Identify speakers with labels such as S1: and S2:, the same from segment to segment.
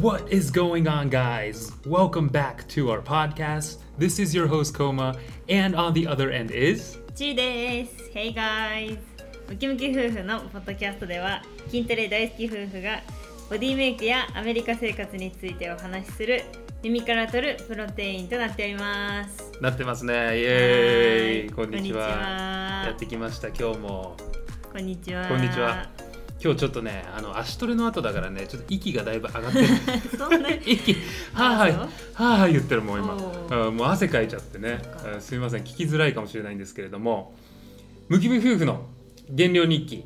S1: What is going on, guys? Welcome back to our podcast. This is your host, Koma, and on the other end is.
S2: ちーです Hey guys! ムキムキ夫婦のポッドキャストでは筋トレ大好き夫婦がボディメイクやアメリカ生活についてお話しする耳から取るプロテインとなっております
S1: なってますね。イエーイ。こんにちは。やってきました、今日も。
S2: こんにちは
S1: こんにちは今日ちょっとね、あの足トレの後だからね、ちょっと息がだいぶ上がってる。
S2: そんなに
S1: 息、はあ、はい、は
S2: そう
S1: あ、はい、言ってるもう今
S2: おー
S1: あもう汗かいちゃってね
S2: そっか
S1: あすみません聞きづらいかもしれないんですけれどもムキムキ夫婦の減量日記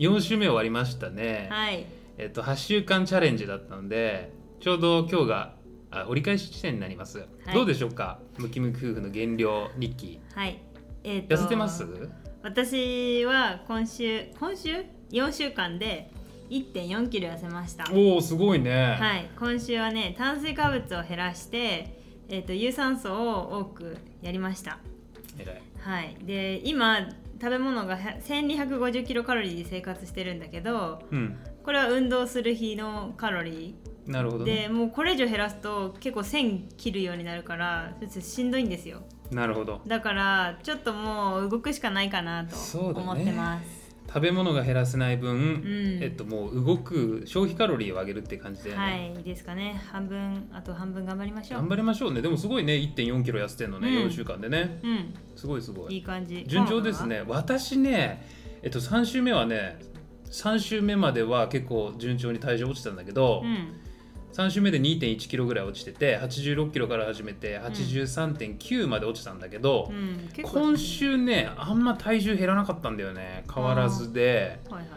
S1: 4週目終わりましたね、
S2: はい
S1: えっと8週間チャレンジだったのでちょうど今日があ折り返し地点になります、
S2: い
S1: どうでしょうかムキムキ夫婦の減量日記
S2: はいえーと
S1: 痩せてます
S2: 私は今週今週4週間で1.4キロ痩せました
S1: おおすごいね、
S2: はい、今週はね炭水化物を減らして、えー、と有酸素を多くやりました、
S1: 偉い
S2: はい、で今食べ物が1 2 5 0キロカロリーで生活してるんだけど
S1: うん
S2: これは運動する日のカロリ
S1: なるほ
S2: ー
S1: ど
S2: で
S1: ね
S2: もうこれ以上減らすと結構1000切るようになるからちょっとしんどいんですよ
S1: なるほど
S2: だからちょっともう動くしかないかなと
S1: そうだね
S2: 思ってます、
S1: 食べ物が減らせない分、
S2: ん
S1: えっと、もう動く消費カロリーを上げるって感じだよね、
S2: はいいいですかね半分あと半分頑張りましょう
S1: 頑張りましょうねでもすごいね1 4キロ痩せてんのね、
S2: うん
S1: 4週間でね
S2: うん
S1: すごいすごい
S2: いい感じ
S1: 順調ですね私ね、えっと、3週目はね3週目までは結構順調に体重落ちたんだけど、
S2: うん
S1: 3週目で2 1キロぐらい落ちてて8 6キロから始めて83.9まで落ちたんだけど、
S2: うん、結構
S1: 今週ねあんま体重減らなかったんだよね変わらずで。
S2: はいはい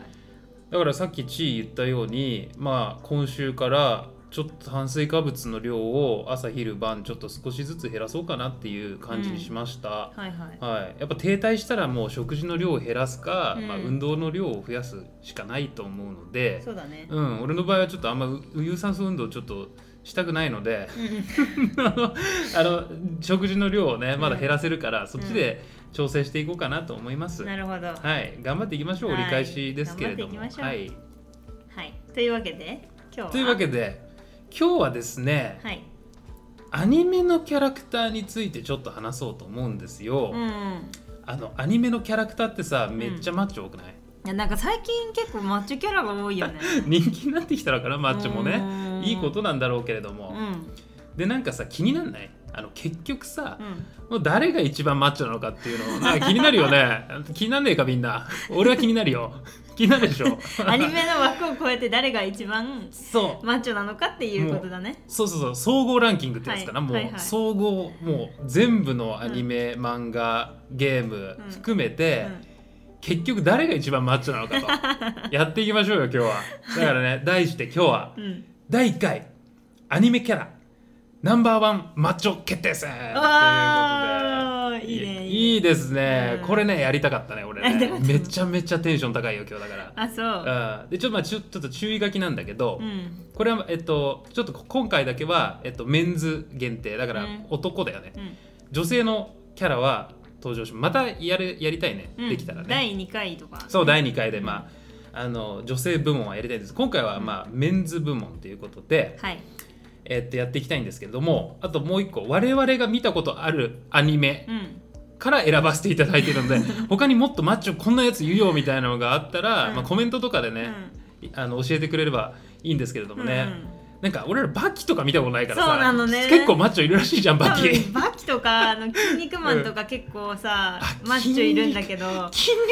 S1: だからさっき地位言ったようにまあ今週からちょっと炭水化物の量を朝昼晩ちょっと少しずつ減らそうかなっていう感じにしました、
S2: はいはい
S1: はい、やっぱ停滞したらもう食事の量を減らすか、
S2: うん
S1: まあ、運動の量を増やすしかないと思うので
S2: そうだね
S1: うん俺の場合はちょっとあんまう有酸素運動ちょっとしたくないので あの食事の量をねまだ減らせるから、そっちで調整していこうかなと思います、
S2: なるほどは
S1: はい、頑張っていきましょう、
S2: はい
S1: 折り返しですけれども。
S2: 頑張っていきましょう
S1: はい、
S2: いというわけで今日は
S1: というわけで、今日はですね、
S2: はい
S1: アニメのキャラクターについてちょっと話そうと思うんですよ。
S2: うんうん
S1: あのアニメのキャラクターってさ、めっちゃマッチョ多くない、
S2: いやなんか最近結構マッチョキャラが多いよね
S1: 人気になってきたのかな、 マッチョもね。
S2: ね
S1: いいことなんだろうけれど
S2: うん
S1: も
S2: う。ん
S1: で、なんかさ、気になんないあの結局さ、もう誰が一番マッチョなのかっていうの なんか気になるよね 気になんねえかみんな俺は気になる よ気になるでしょ
S2: アニメの枠を超えて誰が一番
S1: そう
S2: マッチョなのかっていうことだね
S1: そうそうそう総合ランキングってやつかな、
S2: はい
S1: もう、
S2: はいはい
S1: 総合もう全部のアニメ、漫画ゲーム
S2: うん
S1: 含め
S2: う
S1: て、
S2: ん
S1: 結局誰が一番マッチョなのか とやっていきましょうよ今日はだからね題して今日は
S2: うん
S1: 第1回アニメキャラナンバーワンマッチョ決定戦ということで
S2: わーいいね
S1: い
S2: い
S1: いですね、
S2: うん
S1: これねやりたかったね俺
S2: やりた
S1: ね
S2: かった
S1: めちゃめちゃテンション高いよ今日だか
S2: あそう
S1: ら、うん、でちょっとまあちょちょっと注意書きなんだけど、
S2: うん
S1: これは、えっと、ちょっと今回だけは、えっと、メンズ限定だから
S2: うん
S1: 男だよね、
S2: うん
S1: 女性のキャラは登場しまたやるやりたいね、
S2: うん
S1: できたらね
S2: 第2回とか
S1: そう第2回で、まあ、あの女性部門はやりたいんです今回は、まあ、メンズ部門ということで、
S2: はい
S1: えっと、やっていきたいんですけれどもあともう一個我々が見たことあるアニメ
S2: うん
S1: から選ばせていただいてる ので他にもっとマッチョこんなやついるよみたいなのがあったら、
S2: うん
S1: まあ、コメントとかで
S2: う
S1: ね、
S2: ん
S1: あの教えてくれればいいんですけれどもね、
S2: うん
S1: なんか俺らバキとか見たことないからさ
S2: そうなのね
S1: 結構マッチョいるらしいじゃんバキ
S2: 多
S1: 筋
S2: 分バキとかあの筋肉マンとか結構さ、
S1: うん
S2: マッチョいるんだけど名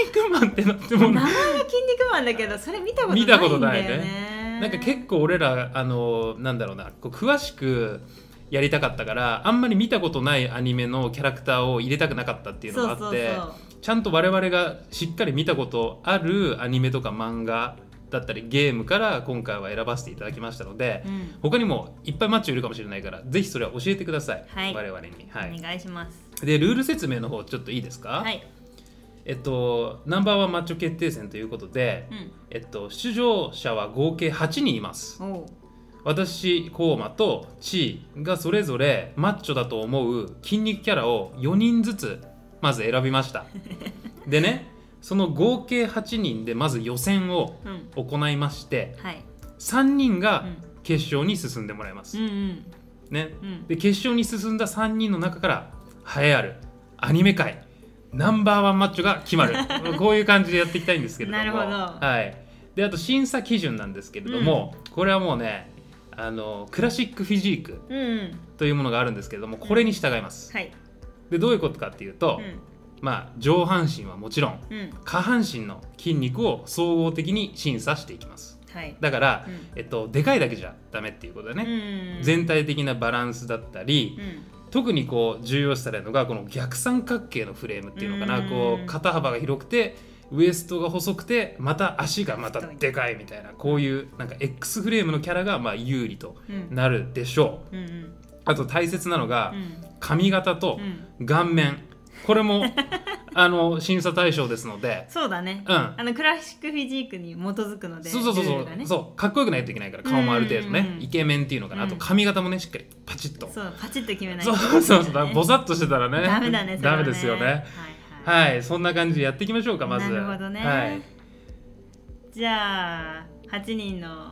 S1: 肉マンってなっても
S2: 前
S1: な
S2: が筋肉マンだけどそれ見たことないん
S1: 見
S2: だ
S1: た
S2: よね
S1: ことないねんか結構俺らあのなんだろうなこう詳しくやりたかったからあんまり見たことないアニメのキャラクターを入れたくなかったっていうのがあって
S2: そう
S1: ちゃんと我々がしっかり見たことあるアニメとか漫画だったりゲームから今回は選ばせていただきましたので、
S2: そうそう、うん
S1: 他にもいっぱいマッチョいるかもしれないからぜひそれは教えてください、
S2: はい
S1: 我々に、はい、
S2: お願いします
S1: でルール説明の方ちょっといいですか、
S2: はい、
S1: えっとナンバーワンマッチョ決定戦ということで、
S2: う
S1: えっと、出場者は合計8人います
S2: ん、おう
S1: 私コーマとチーがそれぞれマッチョだと思う筋肉キャラを4人ずつまず選びましたでねその合計8人でまず予選を
S2: うん
S1: 行いまして
S2: はい
S1: 3人
S2: う
S1: が
S2: ん
S1: 決勝に進んでもらいま
S2: う
S1: す、
S2: ん
S1: ね、
S2: うんうん
S1: で決勝に進んだ3人の中から栄えあるアニメ界ナンバーワンマッチョが決まる こういう感じでやっていきたいんですけれども
S2: なるほど
S1: はい、であと審査基準なんですけれども、これはもうねあのクラシックフィジーク
S2: うんうん
S1: というものがあるんですけれどもこれに従います、
S2: はい
S1: でどういうことかっていうと、
S2: う
S1: まあ、上半身はもちろん
S2: んうん
S1: 下半身の筋肉を総合的に審査していきます
S2: はい
S1: だから、
S2: うん
S1: えっと、でかいだけじゃダメっていうことだね、
S2: うん
S1: 全体的なバランスだったり、
S2: うん
S1: 特にこう重要視されるのがこの逆三角形のフレームっていうのかな
S2: うん
S1: こう肩幅が広くてウエストが細くてまた足がまたでかいみたいなこういうなんか X フレームのキャラがまあ有利と
S2: うん
S1: なるでしょう
S2: うんうん
S1: あと大切なのが
S2: うん
S1: 髪型と
S2: うん
S1: 顔面これ もあの審査対象ですので
S2: そうだね
S1: うん
S2: あのクラシックフィジークに基づくので
S1: そうそうそう
S2: ルー
S1: そ
S2: ルがね
S1: うそうかっこよくないといけないから顔もある程度
S2: うんうん
S1: ね
S2: うん
S1: イケメンっていうのかなあと髪型もねしっかりパチッと
S2: そうパチッと決めない
S1: そ
S2: と
S1: うそうそうだ からボサッとしてたらね
S2: ダメだねそれは
S1: ダメですよね
S2: はいはい
S1: はい、そんな感じでやっていきましょうか、まず。
S2: なるほどね
S1: はい、
S2: じゃあ8人の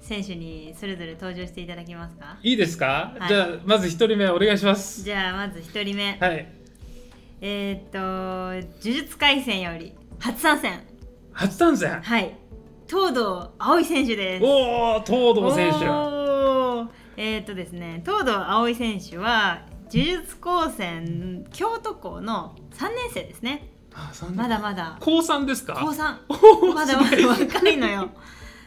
S2: 選手にそれぞれ登場していただきますか
S1: いいですか、
S2: はい
S1: じゃあ、まず一人目お願いします。
S2: じゃあまず1人目、
S1: はい、
S2: えーっと「呪術廻戦」より初参戦
S1: 初参戦。
S2: はい東堂葵選手です
S1: おお、東堂選手。は
S2: おーえーっとですね東堂葵選手は呪術高専京都校の3年生ですね
S1: あ三年
S2: まだまだ
S1: 高三ですか。
S2: 高3
S1: おー
S2: ま だます
S1: ごい
S2: だ若いのよ。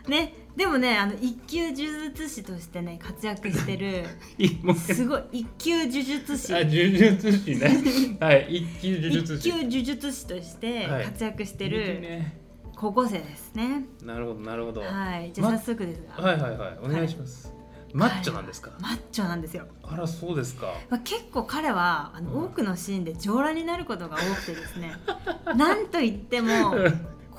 S2: ね、でもね、あの一級呪術師としてね、活躍してる。
S1: いもう一
S2: すごい一級呪術師。
S1: 回あ、呪術師 ね。はい、一級呪術
S2: 一級
S1: 師。
S2: 呪術師として
S1: はい
S2: 活躍して
S1: いい
S2: る
S1: ね
S2: 高校生ですね。
S1: なるほど、なるほど。は
S2: はい、じゃあ
S1: ま
S2: 早速ですが、
S1: い、はい、はい、お願いします。マッチョなんですか。
S2: マッチョなんですよ。
S1: あら、そうですか。
S2: まあ、結構彼はあの多くのシーンで上裸になることが多くてですね。 なんといって も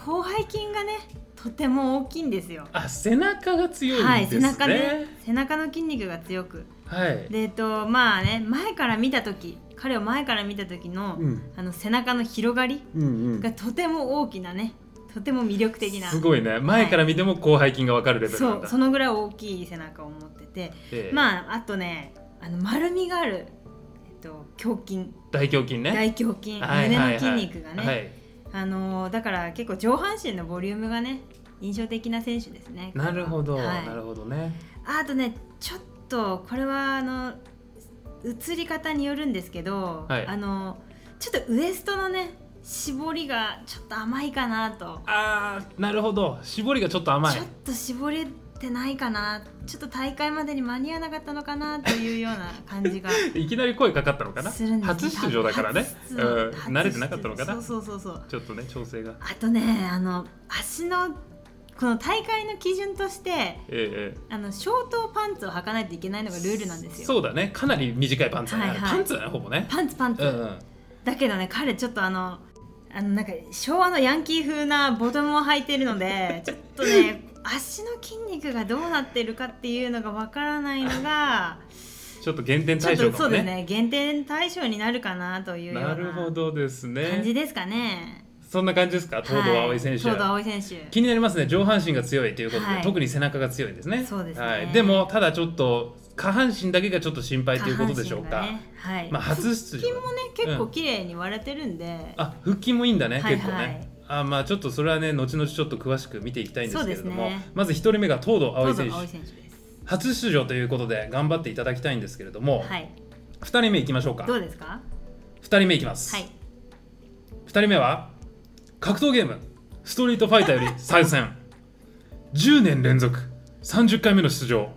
S2: 広背筋がね、とても大きいんですよ。
S1: あ、背中が強
S2: はい
S1: ん
S2: い、
S1: です
S2: 背
S1: ね。
S2: 中ね、背中の筋肉が強く。
S1: はい。
S2: でえっとまあね前から見た時彼を前から見た時の,、
S1: うん
S2: あの背中の広がり
S1: うん、うん
S2: が。とても大きなねとても魅力的な
S1: すごいね前から見ても広背筋がわかるレベル
S2: そ
S1: なん
S2: う
S1: だ、
S2: そのぐらい大きい背中を持ってて、
S1: ええ
S2: まああとねあの丸みがある、えっと、胸筋
S1: 大胸筋ね
S2: 大胸筋、
S1: はいは
S2: 胸
S1: い
S2: の
S1: はい
S2: 筋肉がね、
S1: はい
S2: あのーだから結構上半身のボリュームがね印象的な選手ですね
S1: なるほど、
S2: はい
S1: なるほどね
S2: ああとねちょっとこれはあの映り方によるんですけど、
S1: はい
S2: あのちょっとウエストのね絞りがちょっと甘いかなと、
S1: あーなるほど絞りがちょっと甘い
S2: ちょっと絞れてないかなちょっと大会までに間に合わなかったのかなというような感じが
S1: いきなり声かかったの かな
S2: するんです
S1: 初出場だからね、
S2: 初
S1: う
S2: 出
S1: ん、
S2: 場
S1: 慣れてなかったのかな
S2: そうそうそうそう
S1: ちょっとね調整が
S2: あとねあの足のこの大会の基準として
S1: えええ
S2: あの消灯パンツを履かないといけないのがルールなんです
S1: え
S2: よ
S1: そうだねかなり短いパンツだね、
S2: はいはい
S1: パンツだねほぼね
S2: パンツパンツ、
S1: うんうん
S2: だけどね彼ちょっとあのあのなんか昭和のヤンキー風なボトムを履いてるの でちょっとね足の筋肉がどうなってるかっていうのがわからないのが
S1: ちょっと減点
S2: ちょ
S1: 対
S2: っ
S1: 象
S2: と
S1: か
S2: そ
S1: も
S2: うです
S1: ね
S2: ね減点対象になるかなというよう
S1: な
S2: な
S1: るほどです
S2: 感
S1: ね
S2: じですかね。
S1: そんな感じですか東堂葵選手、
S2: はい、東堂葵選手
S1: 気になりますね上半身が強いということで、
S2: はい
S1: 特に背中が強いんですね
S2: そうですね
S1: はい、でもただちょっと下半身だけがちょっと心配ということでしょう
S2: 下
S1: か、
S2: 半身がねはい、
S1: まあ初出場
S2: 腹筋もね結構綺麗に割れてるんで、
S1: あ腹筋もいいんだね、
S2: はい
S1: 結構
S2: は
S1: ね
S2: い
S1: あまあちょっとそれはね後々ちょっと詳しく見ていきたいんですけれど
S2: そ
S1: も、
S2: うですね
S1: まず1人目が東堂葵
S2: 東堂
S1: 選手
S2: 葵選手です。
S1: 初出場ということで頑張っていただきたいんですけれども、
S2: はい、
S1: 2人目いきましょうか
S2: どう
S1: 2
S2: ですか？
S1: 人目いきます、
S2: は
S1: 二
S2: い、
S1: 2人目は格闘ゲーム「ストリートファイター」より参戦10年連続30回目の出場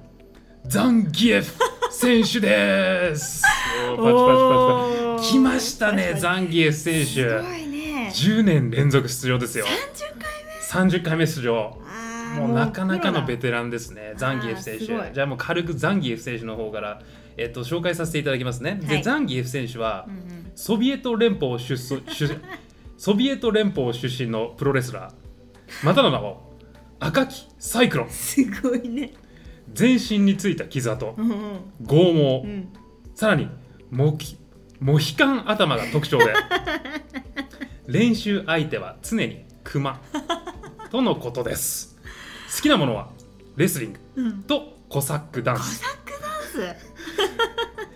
S1: ザンギエフ選手ですおーパチパチパチパチ
S2: おー
S1: 来ましたねザンギエフ選
S2: す
S1: 手
S2: ごいね。
S1: 10年連続出場ですよ
S2: 三十回目。
S1: 30回目出場
S2: あー
S1: もうなかなかの
S2: プロ
S1: ベ
S2: だ
S1: テランですねザンギエフ選手
S2: すごい
S1: じゃあもう軽くザンギエフ選手の方から、えっと、紹介させていただきますね、
S2: は
S1: で
S2: い
S1: ザンギエフ選手は、
S2: うんうん
S1: ソビエト連邦出走出ソビエト連邦出身のプロレスラーまたの名を赤きサイクロン
S2: すごいね。
S1: 全身についた傷跡
S2: うんうん
S1: 剛毛、
S2: うん。
S1: さらにモキモヒカン頭が特徴で練習相手は常にクマとのことです好きなものはレスリング
S2: うん
S1: とコサックダンス
S2: ダンス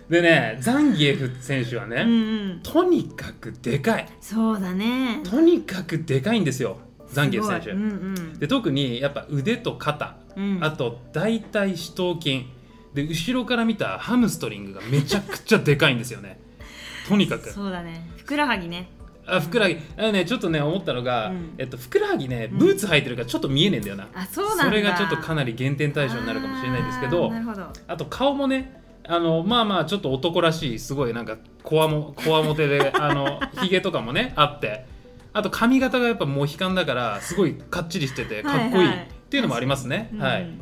S1: でねザンギエフ選手はね、
S2: うんうん
S1: とにかくでかい
S2: そうだね
S1: とにかくでかいんですよザンギエフ選手、
S2: すごいうん
S1: で特にやっぱ腕と肩
S2: うんうん
S1: あと大腿四頭筋で後ろから見たハムストリングがめちゃくちゃでかいんですよ ねとにかく
S2: そうだねふくらはぎね
S1: あふくらはぎあのねちょっとね思ったのが、
S2: うん
S1: えっと、ふくらはぎね
S2: うん
S1: ブーツ履いてるからちょっと見えねえんだよな、
S2: あそうなんだ
S1: それがちょっとか
S2: な
S1: なり減点対象になるかもしれないんですけど
S2: なるほど
S1: あと顔もねあのまあまあちょっと男らしいすごいなんかこわも こわもてであのひげとかもねあってあと髪型がやっぱモヒカンだからすごいかっちりしててかっこいい
S2: はいはい
S1: っていうのもありますね。はい
S2: うん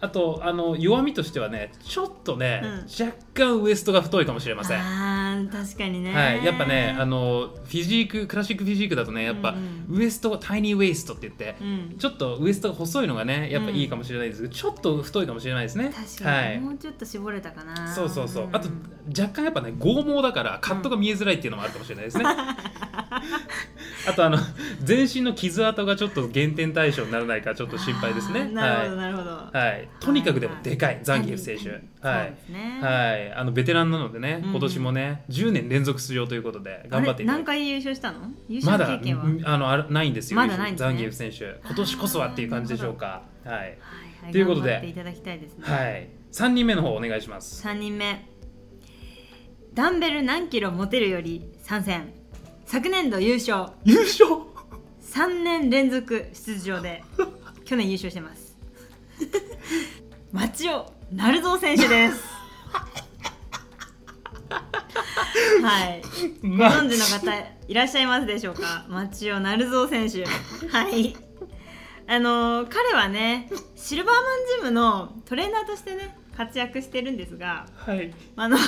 S1: あとあの弱みとしてはねちょっとね、
S2: う
S1: 若干ウエストが太いかもしれません。
S2: あー確かにね
S1: はい、やっぱねあのフィジーククラシックフィジークだとねやっぱ、
S2: うん
S1: ウエストタイニーウエストって言って、
S2: うん
S1: ちょっとウエストが細いのがねやっぱいいかもしれないですけど、ちょっと太いかもしれないですね
S2: 確
S1: は
S2: かに
S1: い
S2: もうちょっと絞れたかな
S1: そうそうそう、
S2: ん
S1: あと若干やっぱね剛毛だからカットが見えづらいっていうのもあるかもしれない ですね、あとあの全身の傷跡がちょっと減点対象にならないかちょっと心配です
S2: あ
S1: ね
S2: ーなるほ
S1: は
S2: どなるほど
S1: い、はい、とにかくでもでかいザンギエフ選手は
S2: そう
S1: い
S2: ですね
S1: はい、あのベテランなのでね、
S2: うん
S1: 今年もね10年連続出場ということで頑張っていただ
S2: あれ何
S1: き
S2: 回優勝したの優
S1: ま
S2: 勝
S1: だ
S2: 経験は、
S1: んあのあるないんですよ、
S2: まだないんですね
S1: ザンギエフ選手今年こそはっていう感じでしょうかはい、
S2: はいは
S1: ということで
S2: 頑張っていただきたいですね、
S1: はい、3人目の方お願いします
S2: 3人目ダンベル何キロ持てるより参戦昨年度優勝
S1: 優勝
S2: 3年連続出場で去年優勝してます 町尾鳴蔵選手ですはいご
S1: まあ
S2: 存知の方いらっしゃいますでしょうか町尾鳴蔵選手はいあのー彼はねシルバーマンジムのトレーナーとしてね活躍してるんですが
S1: はい
S2: あの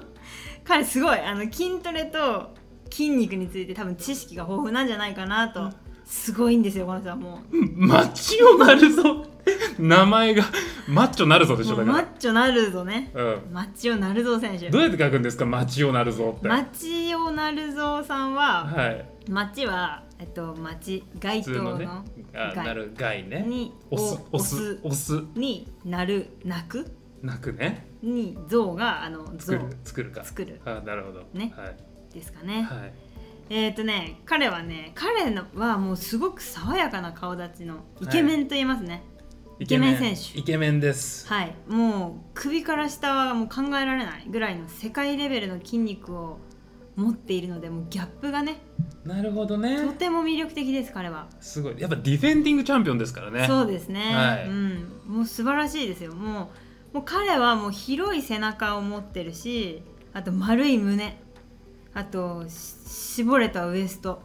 S2: 彼すごいあの筋トレと筋肉について多分知識が豊富なんじゃないかなとすごいんですよこの人はもう
S1: マッチョなるぞ名前がマッチョなるぞでしょ
S2: もう
S1: だ
S2: マ
S1: か
S2: ッチョなるぞね
S1: ら、うん、
S2: マッチオナルゾ選手
S1: どうやって書くんですかマッチョなるぞって、
S2: マッチオナルゾさんは
S1: はい
S2: 町はえっと町
S1: 普
S2: 街
S1: 通
S2: 灯
S1: のね
S2: の
S1: あなる害ね
S2: に
S1: オス
S2: お
S1: オスオス
S2: になる泣く
S1: なくね
S2: に象があの
S1: 作
S2: 象
S1: る作るか
S2: 作る
S1: あなるほど
S2: ね
S1: はい
S2: ですかね、
S1: はい
S2: えっ、とね彼はね彼のはもうすごく爽やかな顔立ちのイケメンと言いますねイケメン選手
S1: イケメンです
S2: はい、もう首から下はもう考えられないぐらいの世界レベルの筋肉を持っているのでもうギャップがね
S1: なるほどね
S2: とても魅力的です彼は、
S1: すごいやっぱディフェンディングチャンピオンですからね
S2: そうですね、
S1: はい
S2: うんもう素晴らしいですよもうもう彼はもう広い背中を持ってるしあと丸い胸あとし絞れたウエスト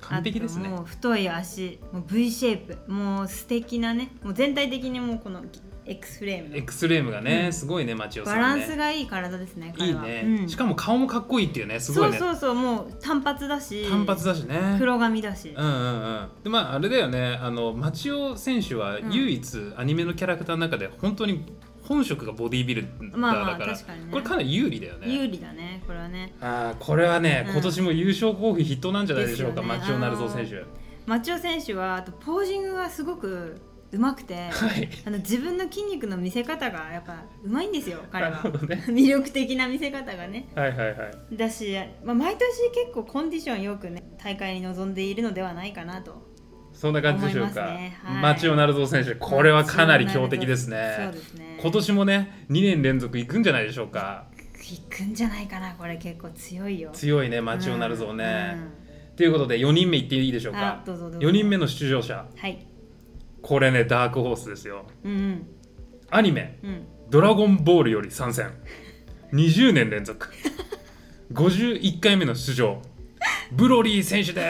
S1: 完璧です
S2: あと
S1: ね
S2: もう太い足もう V シェイプもう素敵なねもう全体的にもうこの X フレームの
S1: X レームがね、
S2: うん
S1: すごいねマチオさ
S2: バ
S1: んね
S2: ランスがいい体ですね
S1: い
S2: 彼
S1: い
S2: は
S1: ね、
S2: うん
S1: しかも顔もかっこいいっていうねすごいね
S2: そうそうそうもう単発だし
S1: 単発だしね
S2: 黒髪だし、
S1: うんうんうんでまああれだよねあの町尾選手は
S2: うん
S1: 唯一アニメのキャラクターの中で本当に本職がボディービルダーだから、
S2: まあまあ確かにね
S1: これかなり有利だよね
S2: 有利だねこれはね
S1: ああこれはね、
S2: うん
S1: 今年も優勝候補筆頭なんじゃないでしょうか、
S2: です
S1: 町
S2: よね
S1: 尾成蔵選手
S2: 町尾選手はあとポージングがすごくうまくて
S1: はい
S2: あの自分の筋肉の見せ方がやっぱうまいんですよ彼
S1: な
S2: は
S1: るほどね
S2: 魅力的な見せ方がね
S1: はいはいはい
S2: だし、まあ、毎年結構コンディションよくね大会に臨んでいるのではないかなと
S1: そんな感じでしょうか、
S2: 思いますねはい
S1: 町尾成蔵選手これはかなり強敵です
S2: そう
S1: ね
S2: ですね
S1: 今年もね2年連続いくんじゃないでしょうか
S2: いくんじゃないかなこれ結構強いよ
S1: 強いね町尾成蔵ね、ということで4人目いっていいでしょ
S2: う
S1: うん
S2: あ
S1: か
S2: どうぞどうぞ
S1: 4人目の出場者
S2: はい
S1: これねダークホースですよ
S2: うんうん
S1: アニメ
S2: うん
S1: 「ドラゴンボール」より参戦20年連続51回目の出場ブロリー選手で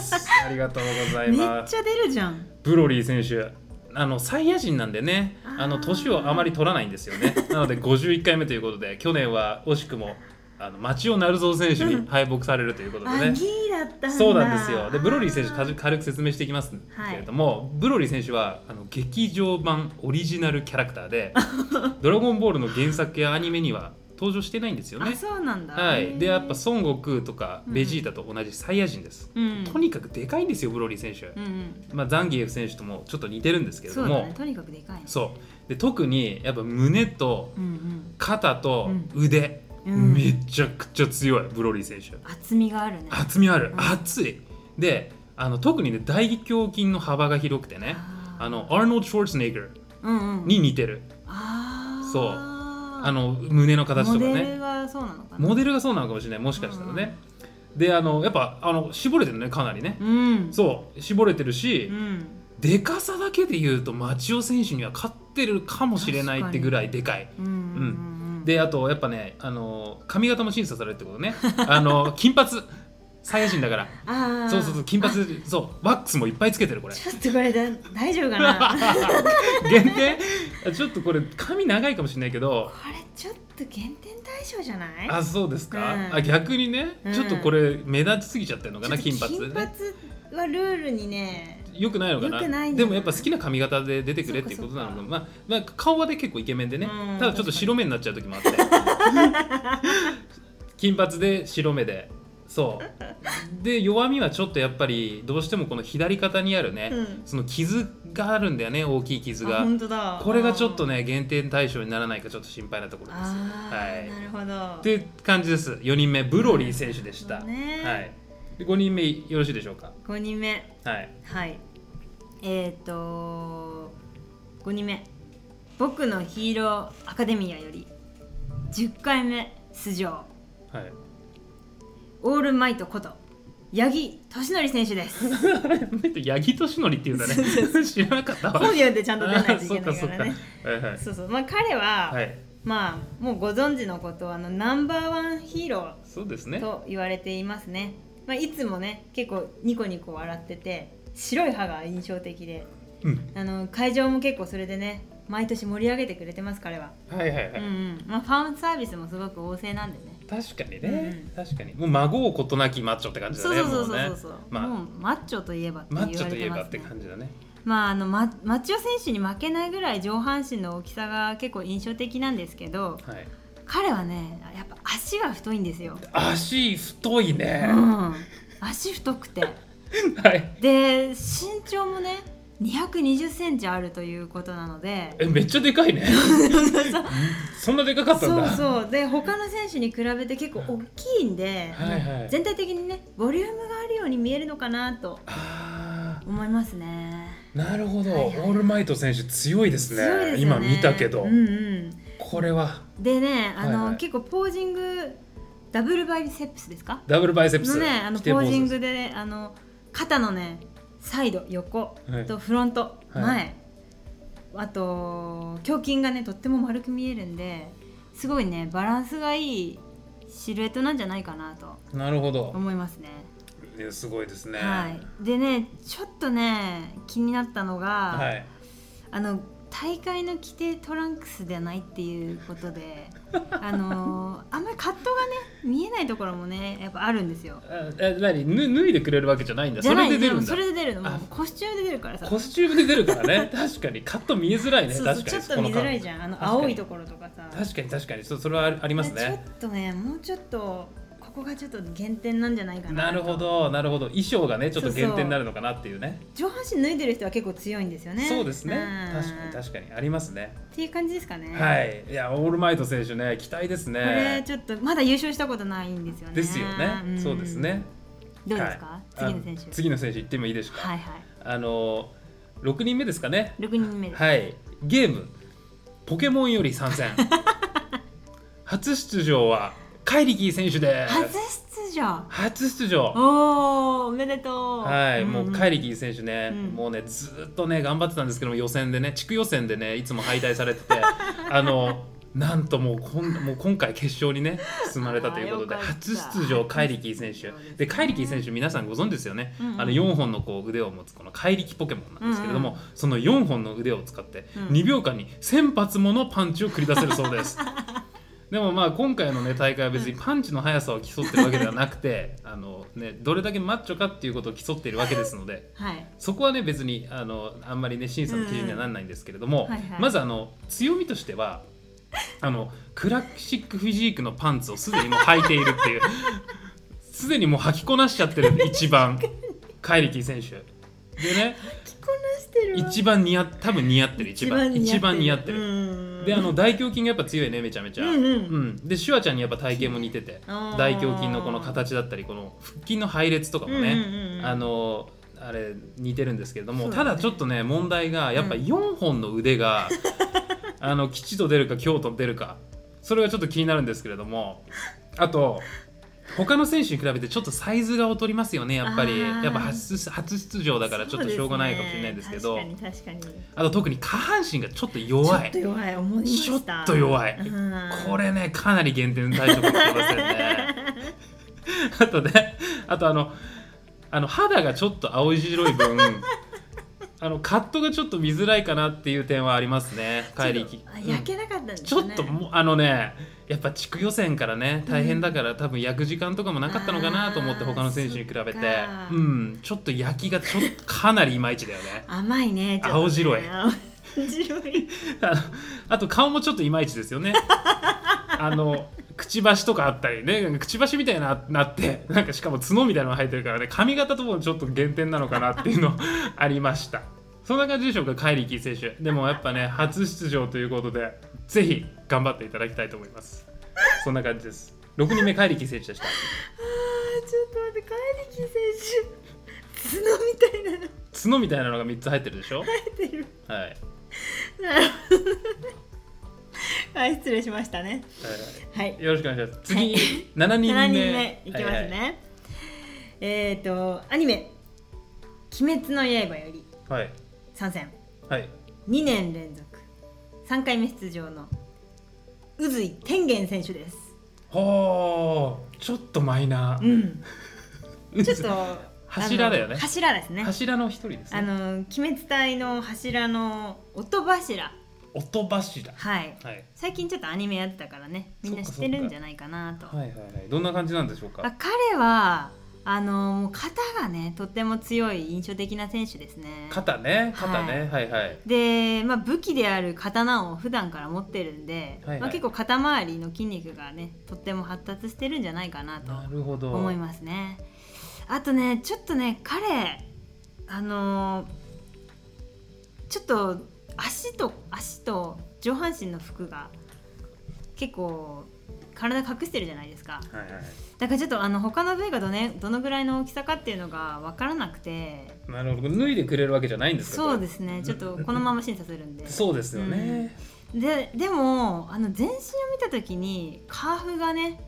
S1: す ありがとうござい
S2: めっ
S1: ます
S2: ちゃ出るじゃん
S1: ブロリー選手あのサイヤ人なんでねあ
S2: あ
S1: の
S2: ー
S1: 年をあまり取らないんですよねなので51回目ということで去年は惜しくもあの町尾成蔵選手
S2: うん
S1: に敗北されるということで
S2: あ
S1: ね、
S2: ギーだったんだ
S1: そうなんですよでブロリー選手
S2: あ
S1: 軽く軽く説明していきますけれども、ブロリー選手はあの 劇場版オリジナルキャラクターで「ドラゴンボール」の原作やアニメには登場してないんですよ
S2: あ
S1: ね
S2: そうなんだ
S1: はい、でやっぱ孫悟空とか
S2: うん
S1: ベジータと同じサイヤ人です、
S2: うん
S1: とにかくでかいんですよブロリー選手、
S2: うんうん
S1: まあ、ザンギエフ選手ともちょっと似てるんですけれ
S2: そ
S1: ど
S2: うだ
S1: も
S2: ねとにかくでかいね
S1: そうで特にやっぱ胸と
S2: うんうん
S1: 肩と腕、
S2: うん
S1: めちゃくちゃ強いブロリー選手
S2: 厚みがあるね
S1: 厚みある、
S2: うん
S1: 厚いであの特にね大胸筋の幅が広くてねあのアーノルド・ショルツェネッガー
S2: うんうん
S1: に似てる、
S2: あー
S1: そうあの胸の形とか
S2: モデ
S1: ね
S2: ルがそうなのかな
S1: モデルがそうなのかもしれないもしかしたらね、であのやっぱあの絞れてるねかなりね、
S2: うん
S1: そう絞れてるし、
S2: うん
S1: でかさだけで言うと町尾選手には勝ってるかもしれないってぐらいでかい
S2: うんうんうん
S1: であとやっぱねあの髪型も審査されるってことねあ の金髪サイヤ人だから
S2: あー
S1: そうそうそう金髪そうワックスもいっぱいつけてるこれ
S2: ちょっとこれだ大丈夫かな
S1: 限定あちょっとこれ髪長いかもしれないけど
S2: これちょっと減点対象じゃない
S1: あそうですか、
S2: うん
S1: あ逆にね
S2: うん
S1: ちょっとこれ目立ちすぎちゃってるのかな、
S2: ちょ
S1: 金
S2: っと
S1: 髪
S2: 金髪はルールにね
S1: よくないのかな
S2: 良くないんじ
S1: で
S2: ゃない
S1: もやっぱ好きな髪型で出てくれっていうことなのか
S2: そっ
S1: まあ、まあ顔はで結構イケメンでね
S2: うん
S1: ただちょっと白目になっちゃう時もあって 金髪で白目でそうで弱みはちょっとやっぱりどうしてもこの左肩にあるね、
S2: うん
S1: その傷があるんだよね大きい傷
S2: あ
S1: が
S2: 本当だ
S1: これがちょっと
S2: ね
S1: ね減点対象にならないかちょっと心配なところです
S2: あ
S1: は
S2: ー、
S1: い
S2: なるほど
S1: っていう感じです4人目ブロリー選手でした、
S2: なるほどね
S1: はいで5人目よろしいでしょうか
S2: 5人目
S1: はい
S2: はいえっ、ー、と5人目「僕のヒーローアカデミア」より10回目出場
S1: はい
S2: オールマイトこと八木俊則選手で す
S1: 八木俊則っていうんだね知らなかったわ
S2: 本名でちゃんと出ないと
S1: あ
S2: い
S1: そ
S2: け
S1: っ
S2: な
S1: か
S2: いか
S1: そっ
S2: ら
S1: かはい
S2: ね
S1: はい
S2: そうそうまあ彼は、
S1: はい
S2: まあもうご存知のことあのナンバーワンヒーロ
S1: そうです
S2: ー
S1: ね
S2: と言われていますねまあ、いつもね結構ニコニコ笑ってて白い歯が印象的で
S1: うん
S2: あの会場も結構それでね毎年盛り上げてくれてます彼は
S1: はいはいは
S2: う
S1: い
S2: んうんまあ、ファンサービスもすごく旺盛なんでね
S1: 確かに
S2: うん
S1: ね確かにもう孫をことなきマッチョって感じ
S2: そ
S1: だ
S2: う
S1: ね
S2: そうそうそ
S1: も
S2: うそう
S1: ね
S2: そう、
S1: まあ
S2: もうマッチョといえばって言
S1: マ
S2: わ
S1: ッ
S2: れ
S1: チョとい
S2: て
S1: えば
S2: ま
S1: っ
S2: す
S1: て
S2: ね
S1: 感じだね
S2: まああのママッチョ選手に負けないぐらい上半身の大きさが結構印象的なんですけど
S1: はい
S2: 彼はねやっぱ足が太いんですよ、
S1: 足太いうね
S2: ん、足太く て
S1: はい
S2: で身長もね2 2 0ンチあるということなので
S1: えめっちゃでかい ねそんなでかかったん
S2: そう
S1: だ
S2: そうで他の選手に比べて結構大きいんで、
S1: はいはい
S2: 全体的にねボリュームがあるように見えるのかなと
S1: あ
S2: 思いますね。
S1: ーなるほど、
S2: はいはい
S1: オールマイト選手強いですね
S2: 強いです
S1: 今
S2: よね
S1: 見たけど、
S2: うんうん、
S1: これは
S2: でねあの、
S1: はいはい
S2: 結構ポージングダブルバイセップスですか
S1: ダブルバイセプ
S2: の
S1: ス
S2: ねあのポージングでねあの肩のねサイド横
S1: はい
S2: とフロント、
S1: はい
S2: 前あと胸筋がねとっても丸く見えるんですごいねバランスがいいシルエットなんじゃないかなと
S1: なるほど
S2: 思いますね。
S1: いやすごいですね
S2: はい、でねちょっとね気になったのが、
S1: はい
S2: あの大会の規定トランクスではないっていうことで あのーあんまりカットがね見えないところもねやっぱあるんですよ
S1: あえ何ぬ脱いでくれるわけじゃないんだ
S2: じゃない
S1: それで出るん
S2: もそ
S1: だ
S2: れで出るのも
S1: あ
S2: うコスチュームで出るからさ
S1: コスチュームで出るから ね確かにカット見えづらいね
S2: そうそう
S1: 確か
S2: ちょ
S1: に
S2: っと見づらいじ
S1: ゃん
S2: ゃんあの
S1: 確かに
S2: 青いところとかさ
S1: 確かに確かにそそれはああります
S2: ちょ
S1: ね
S2: っとねもうちょっとここがちょっと減点なんじゃないかな
S1: なるほどなるほど衣装がねちょっと減点になるのかなっていうね
S2: 上半身脱いでる人は結構強いんですよね
S1: そうですね
S2: うん
S1: 確かに確かにありますね
S2: っていう感じですかね
S1: はいいやオールマイト選手ね期待です
S2: これ
S1: ね
S2: ちょっとまだ優勝したことないんですよね
S1: ですよ
S2: ん
S1: ねそうですね
S2: どうですか、
S1: はい
S2: 次の選手
S1: あ次の選手行ってもいいですか
S2: はいはい
S1: あの6人目ですかね
S2: 六人目です。
S1: はい、ゲーム「ポケモンより参 戦」初出場はカイリキー選手です
S2: 初出場。
S1: 初出場
S2: おお、おめでとう。
S1: はい、
S2: んん
S1: もうカイリキー選手ね、
S2: うん
S1: もうねずーっとね頑張ってたんですけども予選でね地区予選でねいつも敗退されてて あのなんともうこんもう今回決勝にね進まれたということで
S2: あーよかった
S1: 初出場カイリキー選手
S2: そうですね
S1: でカイリキー選手皆さんご存知ですよね、
S2: うんうん
S1: あの4本のこう腕を持つこの怪力ポケモンなんですけれども、
S2: うん
S1: その4本の腕を使って
S2: うん
S1: 2秒間に1000発ものパンチを繰り出せるそう です。でもまあ今回のね大会は別にパンチの速さを競ってるわけではなくて あの、ね、どれだけマッチョかっていうことを競っているわけですので
S2: はい。
S1: そこはね別にあのあんまりね審査の基準にはならないんですけれども、
S2: うんうんはいはい
S1: まずあの強みとしてはあのクラシックフィジークのパンツをすでにもう履いているっていう すでにもう履きこなしちゃってる一番カイリキー選手でね
S2: 着こなしてるわ
S1: 一番似合っ多分似合ってる一番一番似合ってる、
S2: うん
S1: であの大胸筋がやっぱ強いねめちゃめちゃ、
S2: うんうん
S1: うんでシュワちゃんにやっぱ体型も似てて
S2: あー
S1: 大胸筋のこの形だったりこの腹筋の配列とかもね、
S2: うんうんうん
S1: あのあれ似てるんですけれども、
S2: そうだね
S1: ただちょっとね問題がやっぱ
S2: うん
S1: 4本の腕が、 あの吉と出るか京と出るかそれがちょっと気になるんですけれどもあと他の選手に比べてちょっとサイズが劣りますよねやっぱり
S2: あー
S1: やっぱ初出初出場だからちょっとしょうがないかもしれないですけ
S2: そ
S1: ど
S2: うですね確かに確かに
S1: あと特に下半身がちょっと
S2: ちょ
S1: 弱
S2: っ
S1: い
S2: と弱い思いました
S1: ちょっと弱いこ れねかなり減点対象かもしれませんね。あとね、あとあの、あの肌がちょっと青白い 分、あのカットがちょっと見づらいかなっていう点はありますね、帰り
S2: ちょっとあ焼けなかったんですね
S1: ちょっともうあのね、やっぱ地区予選からね、大変だから、多分焼く時間とかもなかったのかなと思って、
S2: あー
S1: 他の選手に比べて
S2: そっか、
S1: うん、ちょっと焼きがちょっとかなりいまいちだよね。
S2: 甘いねちょっとね
S1: 青白い
S2: 青白い
S1: あの あと顔もちょっといまいちですよね。 あのくちばしとかあったりねなんかくちばしみたいななってなんかしかも角みたいなのが生えてるからね髪型ともちょっと減点なのかなっていうの ありましたそんな感じでしょうかカイリーキー選手でもやっぱね初出場ということでぜひ頑張っていただきたいと思いますそんな感じです6人目カイリーキー選手でした
S2: あーちょっと待ってカイリキ選手角みたいなの
S1: 角みたいなのが3つ入ってるでしょ
S2: 生えてる
S1: はい、はい
S2: なるほどはい失礼しましたねはい
S1: よろしくお願いします次、
S2: はい
S1: 7人目
S2: 7人目いきますね、
S1: はいはい
S2: えっ、ー、とアニメ「鬼滅の刃」より
S1: はい、
S2: 参戦
S1: はい
S2: 2年連続3回目出場の宇髄天元選手です
S1: ほーちょっとマイナ
S2: う
S1: ー、
S2: んちょ っと
S1: 柱だよね
S2: あの柱ですね
S1: 柱の一人です
S2: あ
S1: ね
S2: の鬼滅隊の柱の音柱
S1: 音柱はい、
S2: は
S1: は
S2: い
S1: い
S2: 最近ちょっとアニメやってたからねみんな知ってるんじゃないかなと
S1: はいはいどんな感じなんでしょう
S2: あ
S1: か
S2: 彼はあのもう肩がねとっても強い印象的な選手ですね
S1: 肩ね肩ね、はい、はい
S2: で、まあ、武器である刀を普段から持ってるんで、
S1: はいはい
S2: まあ、結構肩周りの筋肉がねとっても発達してるんじゃないかなと
S1: なるほど
S2: 思いますねあとねちょっとね彼あのーちょっと足と足と上半身の服が結構体隠してるじゃないですか
S1: はいはい
S2: だからちょっとあの他の部位がど,、ね、どのぐらいの大きさかっていうのが分からなくて
S1: なるほど脱いでくれるわけじゃないんですか
S2: そうですすねちょっとこのまま審査するんで
S1: そうですよね、
S2: ででもあの全身を見た時にカーフがね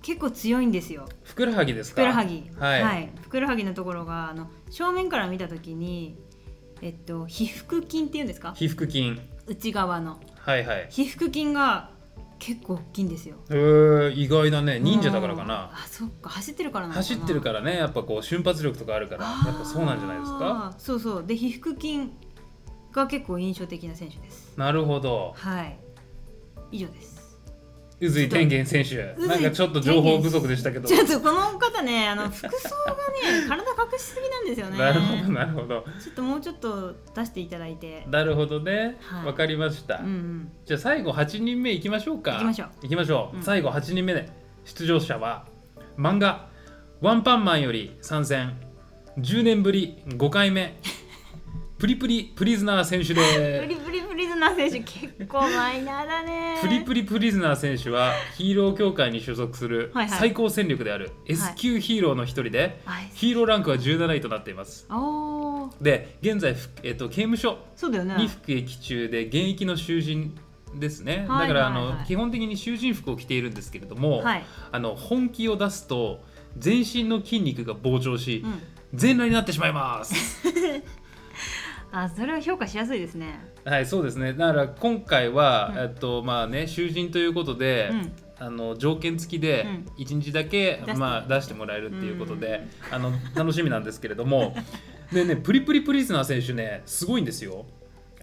S2: 結構強いんですよ
S1: ふくらはぎです
S2: ふ
S1: か
S2: くらはぎ
S1: はい、
S2: ふくらはぎのところがあの正面から見た時にえっと皮腹筋っていうんですか
S1: 皮腹筋
S2: 内側の
S1: はいはい
S2: 皮腹筋が結構大きいんですよ
S1: へー意外だね忍者だからか
S2: うん
S1: な
S2: あそっか走ってるからなのかな
S1: 走ってる
S2: ら
S1: からねやっぱこう瞬発力とかあるからやっぱそうなんじゃないですか
S2: そうそうで皮腹筋が結構印象的な選手です
S1: なるほど
S2: はい以上です
S1: 宇髄天元選手
S2: 宇髄
S1: なんかちょっと情報不足でしたけど
S2: ちょっとこの方ねあの服装がね 体隠しすぎなんですよね
S1: なるほどなるほど
S2: ちょっともうちょっと出していただいて
S1: なるほどねわ
S2: は、い
S1: かりました、
S2: うんうん
S1: じゃあ最後8人目いきましょうか
S2: 行きましょう
S1: 行きましょう
S2: うん
S1: 最後8人目で出場者は漫画「ワンパンマン」より参戦10年ぶり5回目プリプリプリズナー選手
S2: プ
S1: で
S2: リプリプリズナー選手結構マイナーだね
S1: プリプリプリズナー選手はヒーロー協会に所属する
S2: はいはい
S1: 最高戦力である S 級ヒーローの一人で
S2: はい
S1: ヒーローランクは17位となっています
S2: おー
S1: で現在、ふえっと刑務所
S2: そうだよね
S1: に服役中で現役の囚人ですね、
S2: は
S1: だ
S2: い
S1: からあ
S2: はい
S1: の、
S2: はい
S1: 基本的に囚人服を着ているんですけれども、
S2: はい、
S1: あの本気を出すと全身の筋肉が膨張し、
S2: うん、
S1: 全裸になってしまい ます。
S2: あそれは評価しやすいですね
S1: はい、そうですね。だから今回は、
S2: うん
S1: えっとまあね、囚人ということで、
S2: うん
S1: あの条件付きで
S2: うん
S1: 一日だけ、
S2: 出して
S1: まあ出してもらえるっていうことで、あ の楽しみなんですけれども、でね、プリプリプリズナー選手ね、すごいんですよ。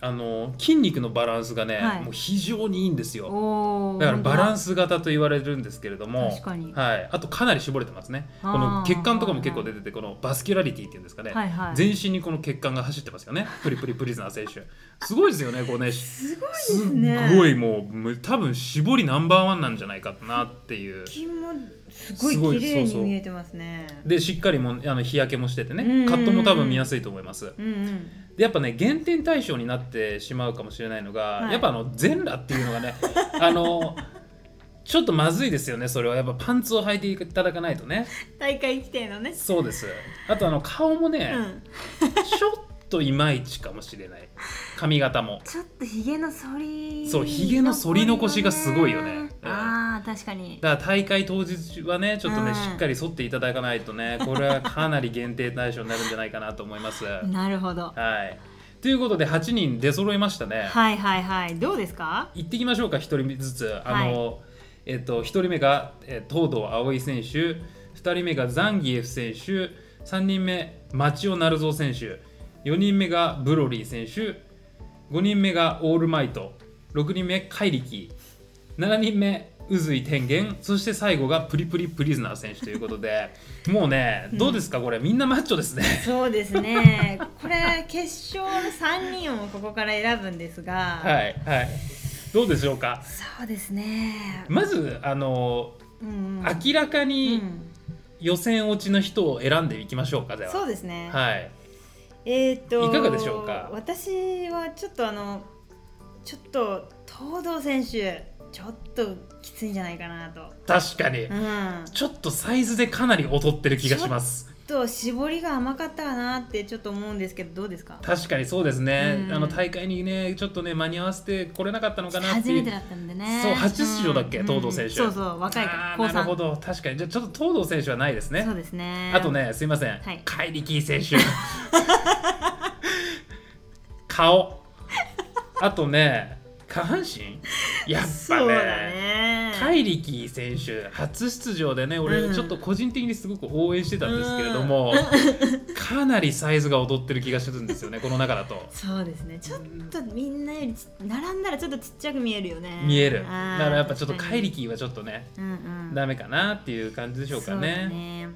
S1: あの筋肉のバランスがね、
S2: はい
S1: もう非常にいいんですよ
S2: おお
S1: だからバラン
S2: ス
S1: ス型と言われるんですけれども
S2: 確かに
S1: はい、あとかなり絞れてますねこ
S2: あー
S1: の血管とかも結構出ててこのバスキュラリティっていうんですかね、
S2: はいはい
S1: 全身にこの血管が走ってますよねプリプリプリズナー選手すごいですよねこうね
S2: すごいです
S1: す
S2: ね
S1: っごいもうむ多分絞りナンバーワンなんじゃないかなっていう
S2: 筋もすご
S1: すご
S2: い
S1: い
S2: 綺麗
S1: そう
S2: に
S1: そう
S2: 見えてますね
S1: でしっかりもあの日焼けもしてて
S2: うんうんう
S1: ね
S2: ん
S1: カットも多分見やすいと思います
S2: うんうん
S1: でやっぱね減点対象になってしまうかもしれないのが、
S2: はい
S1: やっぱあの全裸っていうのがね あのちょっとまずいですよねそれはやっぱパンツを履いていただかないとね
S2: 大会規定のね
S1: そうですあとあの顔も
S2: う
S1: ね、
S2: ん
S1: ちょっといまいちかもしれない髪型も
S2: ちょっとひげの剃り
S1: そう髭の剃り残しがすごいよねうん
S2: あー確かに
S1: だから大会当日はねちょっとね、
S2: うん
S1: しっかり剃っていただかないとねこれはかなり限定対象になるんじゃないかなと思います。は
S2: なるほど
S1: いということで8人出揃いましたね。
S2: はいはいはいどうですか
S1: 行ってきましょうか1人ずつ。あのえっと1人目が、えー東堂葵選手2人目がザンギエフ選手3人目町尾成蔵選手4人目がブロリー選手5人目がオールマイト6人目怪力7人目渦井天元そして最後がプリプリプリズナー選手ということでもうねどうですかこれみんなマッチョですね
S2: そうですねこれ決勝の3人をここから選ぶんですが、
S1: はいはいどうでしょうか
S2: そうですね、
S1: まずあの
S2: うんうん
S1: 明らか
S2: う
S1: に
S2: ん
S1: 予選落ちの人を選んでいきましょうかでは
S2: そうですね、
S1: はい
S2: えー、と
S1: いかがでしょうか
S2: 私はちょっとあのちょっと東堂選手ちょっときついんじゃないかなと、
S1: 確かに、
S2: うん、
S1: ちょっとサイズでかなり劣ってる気がします
S2: ちょっと絞りが甘かったかなってちょっと思うんですけどどうですか
S1: 確かにそうですね、
S2: うん
S1: あの大会にねちょっとね間に合わせてこれなかったのかなって
S2: 初
S1: い
S2: め
S1: う
S2: てだったんでね
S1: そう初出場だっけ
S2: うん
S1: 東堂選手
S2: うんそうそう若いから
S1: あー
S2: 高
S1: なるほ
S2: 三
S1: ど確かにじゃあちょっと東堂選手はないですね
S2: そうですね
S1: あとねすいません、
S2: はい
S1: カイリキー選 手顔あとね下半身やっぱ
S2: そうだね
S1: カイリキー選手初出場でね俺
S2: うん
S1: ちょっと個人的にすごく応援してたんですけれども、かなりサイズが劣ってる気がするんですよねこの中だと。
S2: そうですねちょっとみんなよりち並んだらちょっとちっちゃく見えるよね
S1: 見えるだ
S2: あ
S1: か
S2: ー
S1: らやっぱちょっと
S2: 確
S1: カ
S2: か
S1: イ
S2: に
S1: リキーはちょっとね
S2: うんうん
S1: ダメかなっていう感じでしょうか
S2: そうだ
S1: ね。
S2: ね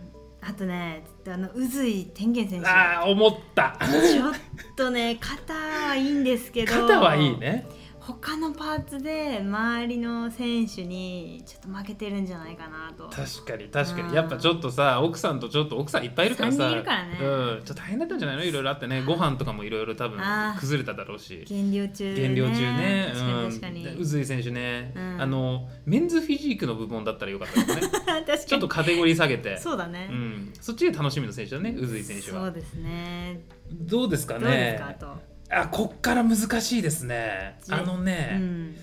S2: あとねちょっとあの渦井天元選手
S1: ああ思った
S2: ちょっとね肩はいいんですけど
S1: 肩はいいね
S2: 他のパーツで周りの選手にちょっと負けてるんじゃないかなと
S1: 確かに確か
S2: うん
S1: にやっぱちょっとさ奥さんとちょっと奥さんいっぱいいるから
S2: 三
S1: さ
S2: 人いるからね
S1: うん、ちょっと大変だったんじゃないのいろいろあってねご飯とかもいろいろ多分
S2: あー
S1: 崩れただろうし。
S2: 減量中ね
S1: 減量中ね、
S2: 確かに確か に、
S1: うん、渦井選手ね、
S2: うん
S1: あのメンズフィジークの部門だったらよかった ですね
S2: 確かに
S1: ちょっとカテゴリー下げて
S2: そうだね、
S1: ん、そっちで楽しみの選手だね渦井選手
S2: そ
S1: は
S2: うですね
S1: どうですか
S2: どうですかあ
S1: ね
S2: と、
S1: あこっから難しいですね
S2: じ
S1: あのね、
S2: うん、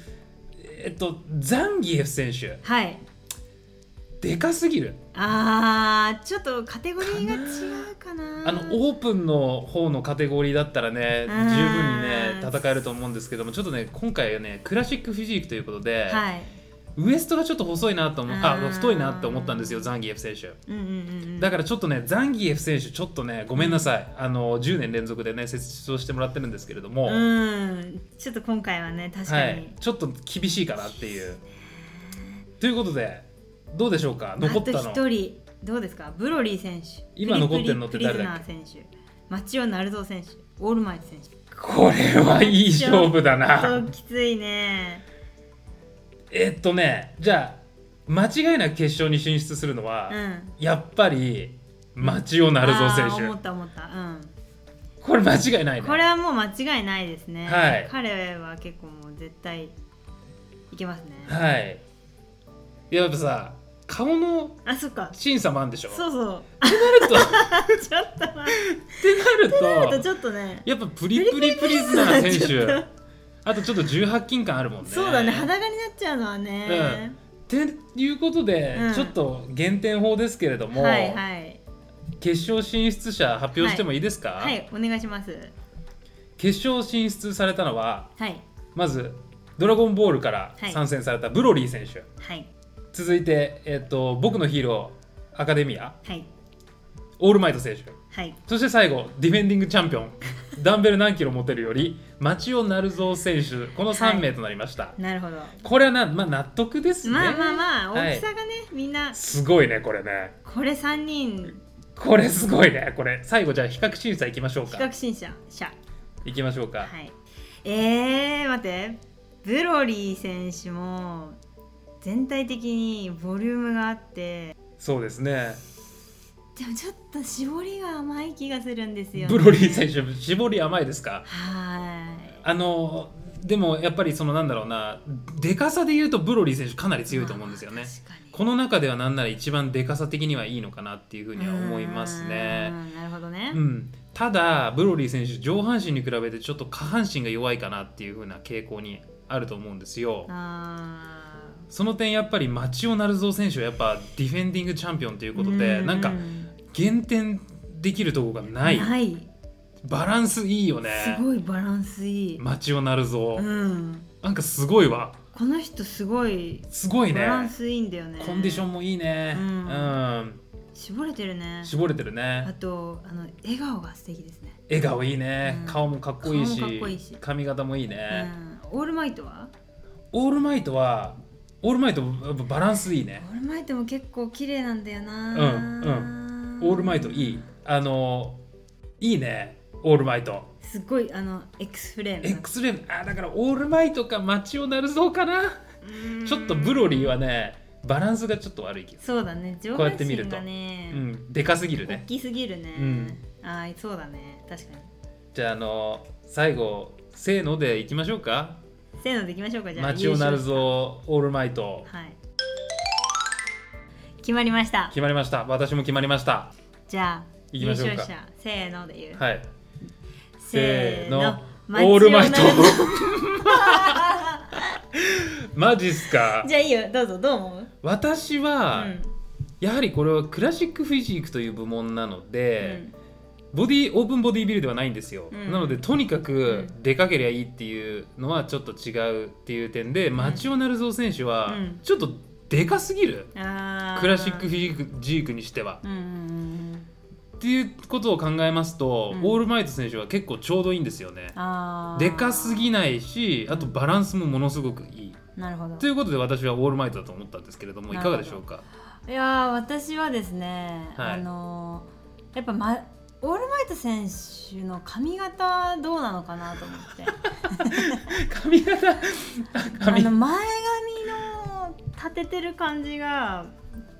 S1: えっとザンギエフ選手
S2: はい
S1: でかすぎる
S2: あーちょっとカテゴリーが違うかな
S1: あのオープンの方のカテゴリーだったらね十
S2: うん
S1: 分にね戦えると思うんですけどもちょっとね今回はねクラシックフィジークということで、
S2: はい
S1: ウエストがちょっと細いなと思う
S2: あー
S1: あ太いなって思ったんですよザンギエフ選手
S2: うんうんうんうん
S1: だからちょっとねザンギエフ選手ちょっとねごめんなさいあの10年連続でね接をしてもらってるんですけれども、
S2: うんちょっと今回はね確かに、
S1: はい、ちょっと厳しいかなっていう。ということでどうでしょうか残ったの
S2: あと一人どうですかブロリー選手
S1: 今残ってるのって誰だっけ
S2: プリプリプリズナー選手マチオ・ナルゾー選手オールマイト選手
S1: これはいい勝負だ
S2: ちょっ
S1: な
S2: ときついね
S1: えっとねじゃあ間違いなく決勝に進出するのは、
S2: うん
S1: やっぱり町尾成
S2: あ
S1: 蔵
S2: ー思
S1: 選
S2: った思ったう
S1: 手これ間違いない
S2: ん
S1: ね
S2: これはもう間違いないですね、
S1: はい
S2: 彼は結構もう絶対いけますね
S1: はいやっぱさ顔の
S2: あそっか
S1: 審査もあるんでしょ
S2: そうそう
S1: ってなるとっ
S2: あちょっと待
S1: てな
S2: っ
S1: る
S2: て
S1: と
S2: ちょっとね
S1: やっぱプリプリプリズナー選
S2: ちょ
S1: 手
S2: っと
S1: あとちょっと18金感あるもんね
S2: そうだね裸になっちゃうのはね、
S1: っていうことで、
S2: うん
S1: ちょっと減点法ですけれども、
S2: はいはい
S1: 決勝進出者発表してもいいですか、
S2: はいお願いします
S1: 決勝進出されたのは
S2: はい
S1: まず「ドラゴンボール」から
S2: はい
S1: 参戦されたブロリー選手、
S2: はい
S1: 続いて、えっと「僕のヒーロー」アカデミア
S2: はい
S1: オールマイト選手
S2: はい
S1: そして最後ディフェンディングチャンピオンダンベル何キロ持てるより町尾成蔵選手この3名となりました、
S2: なるほど
S1: これはな、まあ、納得ですね
S2: まあまあまあ
S1: はい
S2: 大きさがね、みんな
S1: すごいねこれね
S2: これ3人
S1: これすごいねこれ最後じゃあ比較審査いきましょう
S2: 比
S1: か
S2: 較新者者
S1: いきましょうか、
S2: はいえー、待ってブロリー選手も全体的にボリュームがあって
S1: そうですね
S2: でもちょっと絞りが甘い気がするんですよね
S1: ブロリー選手絞り甘いですか
S2: は
S1: あのでもやっぱりそのなんだろうなでかさで言うとブロリー選手かなり
S2: い
S1: 強いと思うんですよね
S2: まあ確かに
S1: この中ではなんなら一番でかさ的にはいいのかなっていうふうには思いますね
S2: うーんなるほどね、
S1: うん、ただブロリー選手上半身に比べてちょっと下半身が弱いかなっていう風な傾向にあると思うんですよ
S2: あ
S1: その点やっぱり町尾成蔵選手はやっぱディフェンディングチャンピオンという
S2: ー
S1: ことで
S2: う
S1: なんか減点できるとこがない
S2: ない、
S1: バランスいいよ
S2: す
S1: ね
S2: ごいバランスいい、
S1: 町尾成蔵、
S2: うん、
S1: なんかすごいわ
S2: この人すごい
S1: すごい
S2: バ
S1: ね
S2: ランスいいんだよね
S1: コンディションもいいね
S2: う
S1: うんん、
S2: 絞れてるね
S1: 絞れてる
S2: あ
S1: ね
S2: とあの笑顔が素敵ですね、
S1: 笑顔いいね、
S2: うん
S1: 顔もかっこいいし
S2: 顔もかっこいいし
S1: 髪型もいいね、
S2: うん、オールマイトは
S1: オールマイトはオールマイトやっぱバランスいいね
S2: オールマイトも結構綺麗なんだよな
S1: うんオールマイトいいあのいいねオールマイト
S2: すっごいあの X フレーム
S1: X レベルあだからオールマイトかマチオナルゾーかな
S2: うーん
S1: ちょっとブロリーはねバランスがちょっと悪い気がす
S2: そうだね上
S1: こう
S2: 半
S1: やって見
S2: 身
S1: ると
S2: がね
S1: る、うん、でかすぎる
S2: 大
S1: ね
S2: きすぎるね、
S1: うん
S2: ああそうだね確かに
S1: じゃああの最後せーのでいきましょうか
S2: せーのでいきましょうかじゃあ
S1: マチオナル
S2: 優勝
S1: ゾーオールマイト
S2: はい決まりました
S1: 決まりました私も決まりました
S2: じゃあ
S1: いきましょうか
S2: 優勝者せーので言う、
S1: はい
S2: せー
S1: せー
S2: の
S1: のオールマイト
S2: マチオナルゾ
S1: マジっすか
S2: じゃあいいよどうぞどう思う、
S1: 私は、
S2: うん
S1: やはりこれはクラシックフィジークという部門なので、ボディオープンボディビルではないんですよ、
S2: うん
S1: なのでとにかく
S2: うん
S1: でかけりゃいいっていうのはちょっと違うっていう点で、マチオナルゾー選手は
S2: うん
S1: ちょっとでかすぎる、
S2: うん、あー
S1: クラシックフィジークにしては。
S2: うんうんうんうん
S1: っていうことを考えますと、
S2: うん
S1: オールマイト選手は結構ちょうどいいんですよね。
S2: あー
S1: でかすぎないしあとバランスもものすごくいい。
S2: なるほど
S1: ということで私はオールマイトだと思ったんですけれどもいかがでしょうか
S2: いやー私はですね、
S1: はい
S2: あのーやっぱ、ま、オールマイト選手の髪型どうなのかなと思って
S1: 髪 型
S2: あ
S1: 髪
S2: の前髪の立ててる感じが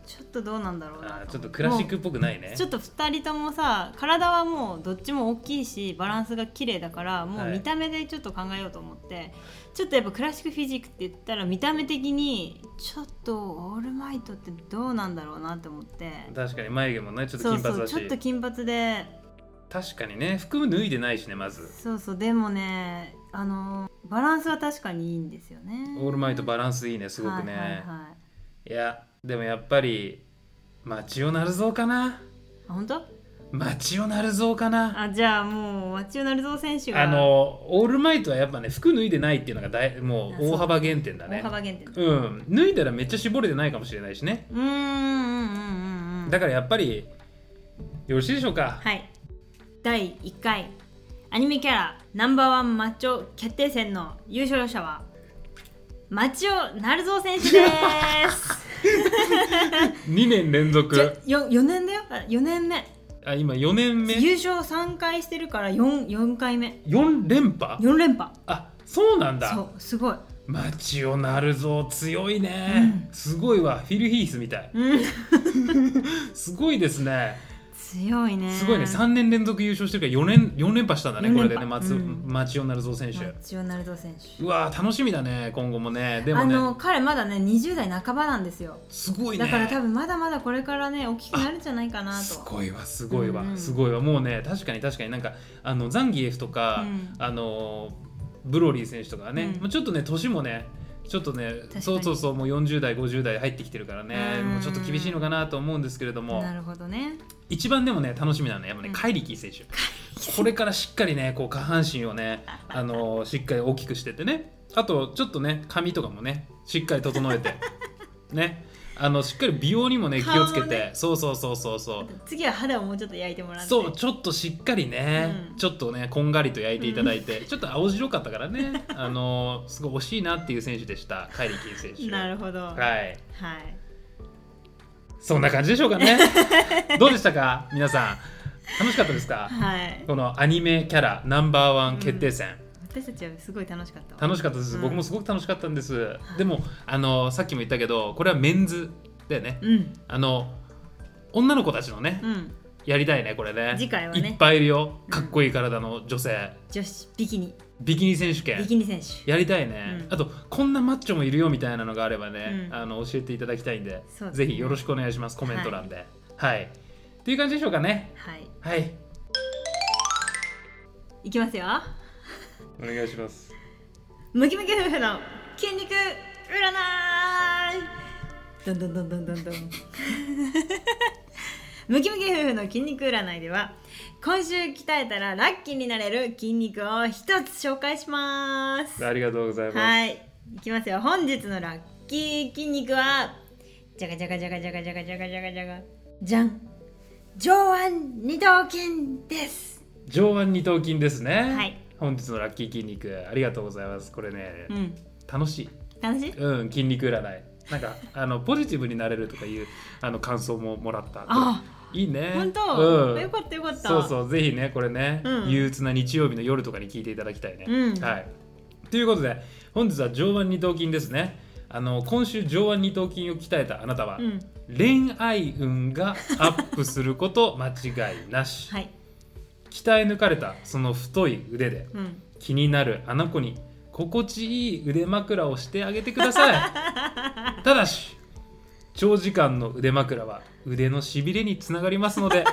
S2: ちょっとどうなんだろうな
S1: あー
S2: 思
S1: ちょっとクラシックっぽくない
S2: も
S1: ね
S2: うちょっと2人ともさ体はもうどっちも大きいしバランスが綺麗だからもう
S1: はい
S2: 見た目でちょっと考えようと思って、ちょっとやっぱクラシックフィジークって言ったら見た目的にちょっとオールマイトってどうなんだろうなって思って
S1: 確かに眉毛もねちょっと
S2: そう
S1: 金
S2: そ
S1: 髪
S2: う
S1: だし
S2: ちょっと金髪で
S1: 確かにね服脱いでないしねまず
S2: そうそうでもねあのバランスは確かにいいんですよね
S1: オールマイト
S2: ラン
S1: バランスいいねすごくね、
S2: はい
S1: い
S2: はいはい
S1: やでもやっぱり町尾なるぞかな
S2: あ本当
S1: 町尾なるぞかなあ
S2: あじゃあもうマチューナルゾー選手が
S1: のオールマイトはやっぱね服脱いでないっていうのが大も
S2: あそう
S1: う大幅減点だ
S2: 大
S1: ね
S2: 幅減点
S1: うん脱いだらめっちゃ絞れてないかもしれないしね
S2: うーんうんうんうん
S1: だからやっぱりよろしいでしょうか、
S2: はい第1回アニメキャラナンバーワンマッチョ決定戦の優勝者はマチオナルゾー選手です
S1: 2年連
S2: ちょ
S1: 続
S2: よ4年だよ4年目
S1: あ今4年目
S2: 優勝3回してるから 4, 4回目
S1: 4連覇
S2: 4連覇
S1: あそうなんだ
S2: そうすごい、
S1: マチオナルゾー強いね、すごいわフィルヒースみたい
S2: うん、
S1: すごいですね
S2: 強いね
S1: すごいね3年連続優勝してるから4年四連覇したんだね
S2: 四
S1: こ
S2: 連
S1: れで
S2: 覇
S1: ね松、
S2: うん
S1: マチオナルゾー選手、
S2: マチオナルゾー選手
S1: うわー楽しみだね今後もねでも
S2: あ
S1: ね
S2: の彼まだね20代半ばなんですよ
S1: すごいね
S2: だから多分まだまだこれからね大きくなるんじゃないかな
S1: す
S2: と
S1: ごいわすごいわ、
S2: うんうん
S1: すごいわもうね確かに確かになんかあのザンギエフとか、
S2: うん
S1: あのブロリー選手とかね
S2: う、ん
S1: もうちょっとね年もねちょっとね
S2: かに
S1: そうそうそうもう40代50代入ってきてるからね、
S2: うん
S1: もうちょっと厳しいのかなと思うんですけれども
S2: なるほどね
S1: 一番でもね楽しみなのはねやっぱね、
S2: うん
S1: カイリキー選手これからしっかりねこう下半身をね、あのしっかり大 きくしてってねあとちょっとね髪とかもねしっかり整えてねあのしっかり美容にもね気をつけて、
S2: 顔もね
S1: そうそうそうそうそう
S2: 次は肌をもうちょっと焼いてもらって
S1: そうちょっとしっかりね、
S2: うん
S1: ちょっとねこんがりと焼いていただいて、ちょっと青白かったから ねあのすごい惜しいなっていう選手でしたカイリー・キー選手
S2: なるほどはい、
S1: はいそんな感じでしょうか ねどうでしたか皆さん楽しかったですか
S2: はい、
S1: このアニメキャラナンバーワン決定戦、
S2: 私たちはすごい楽しかったわ
S1: 楽しかったです、
S2: うん
S1: 僕もすごく楽しかったんですでもあのさっきも言ったけどこれはメンズだよね
S2: うん
S1: あの女の子たちのね、
S2: うん
S1: やりたいねこれね
S2: 次回はね
S1: いっぱいいるよかっこいい体の女性、
S2: 女子ビキニ
S1: ビキニ選手
S2: ビ
S1: 権
S2: キニ選手
S1: やりたいね、
S2: うん
S1: あとこんなマッチョもいるよみたいなのがあればね、
S2: うん
S1: あの教えていただきたいんで
S2: そうです
S1: ぜ
S2: ね
S1: ひよろしくお願いしますコメント欄ではい、っていう感じでしょうかね
S2: はい
S1: はい
S2: いきますよ
S1: お願いします
S2: ムキムキ夫婦の筋肉占いどんどんどんどんどんどん ムキムキ夫婦の筋肉占いでは今週鍛えたらラッキーになれる筋肉を一つ紹介します
S1: ありがとうございます、
S2: はい、いきますよ。本日のラッキー筋肉は、じゃがじゃがじゃがじゃがじゃがじゃがじゃがじゃが、じゃん、上腕二頭筋です。
S1: 上腕二頭筋ですね、
S2: はい
S1: 本日のラッキー筋肉ありがとうございますこれね、
S2: うん、
S1: 楽しい
S2: 楽しい？
S1: うん筋肉占いなんかあのポジティブになれるとかいうあの感想ももらった
S2: あ、
S1: いいね
S2: 本当、
S1: うん
S2: よかったよかった。
S1: そうそうぜひねこれね、
S2: うん
S1: 憂鬱な日曜日の夜とかに聞いていただきたいね、
S2: うん
S1: はいということで本日は上腕二頭筋ですねあの今週上腕二頭筋を鍛えたあなたは、
S2: うん、
S1: 恋愛運がアップすること間違いなし、
S2: はい、
S1: 鍛え抜かれたその太い腕で
S2: うん、
S1: 気になるあの子に心地いい腕枕をしてあげてくださ いただし長時間の腕枕は腕のしびれにつながりますの で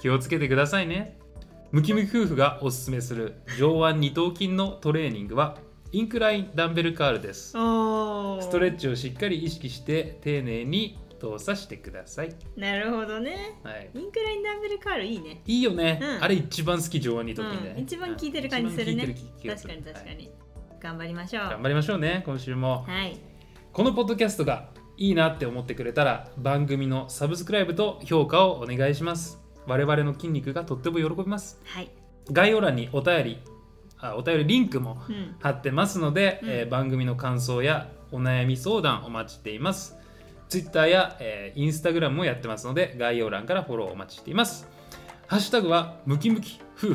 S1: 気をつけてくださいねムキムキ夫婦がおすすめする上腕二頭筋のトレーニングはインクラインダンベルカールです
S2: おお、
S1: ストレッチをしっかり意識して丁寧に動作してください、
S2: なるほどね。
S1: はい、
S2: インクラインダンベルカールいいね。
S1: いいよね、
S2: うん
S1: あれ一番好き上腕二頭筋ね、
S2: うん一番効いてる感じするね
S1: 一番効いてる気がす
S2: 確か
S1: る
S2: に確か
S1: はい
S2: に。頑張りましょう。
S1: 頑張りましょうね今週も
S2: はい、
S1: このポッドキャストがいいなって思ってくれたら番組のサブスクライブと評価をお願いします我々の筋肉がとっても喜びます
S2: はい、
S1: 概要欄にお便りあお便りリンクも
S2: うん、
S1: 貼ってますので、
S2: うん
S1: えー番組の感想やお悩み相談お待ちしています Twitter や、えー、Instagram もやってますので概要欄からフォローお待ちしていますハッシュタグはムキムキ夫婦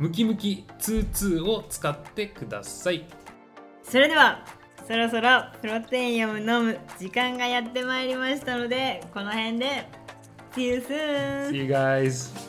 S1: ムキムキ22を使ってください
S2: それではそろそろプロテインを飲む時間がやってまいりましたのでこの辺で See you soon!
S1: See you guys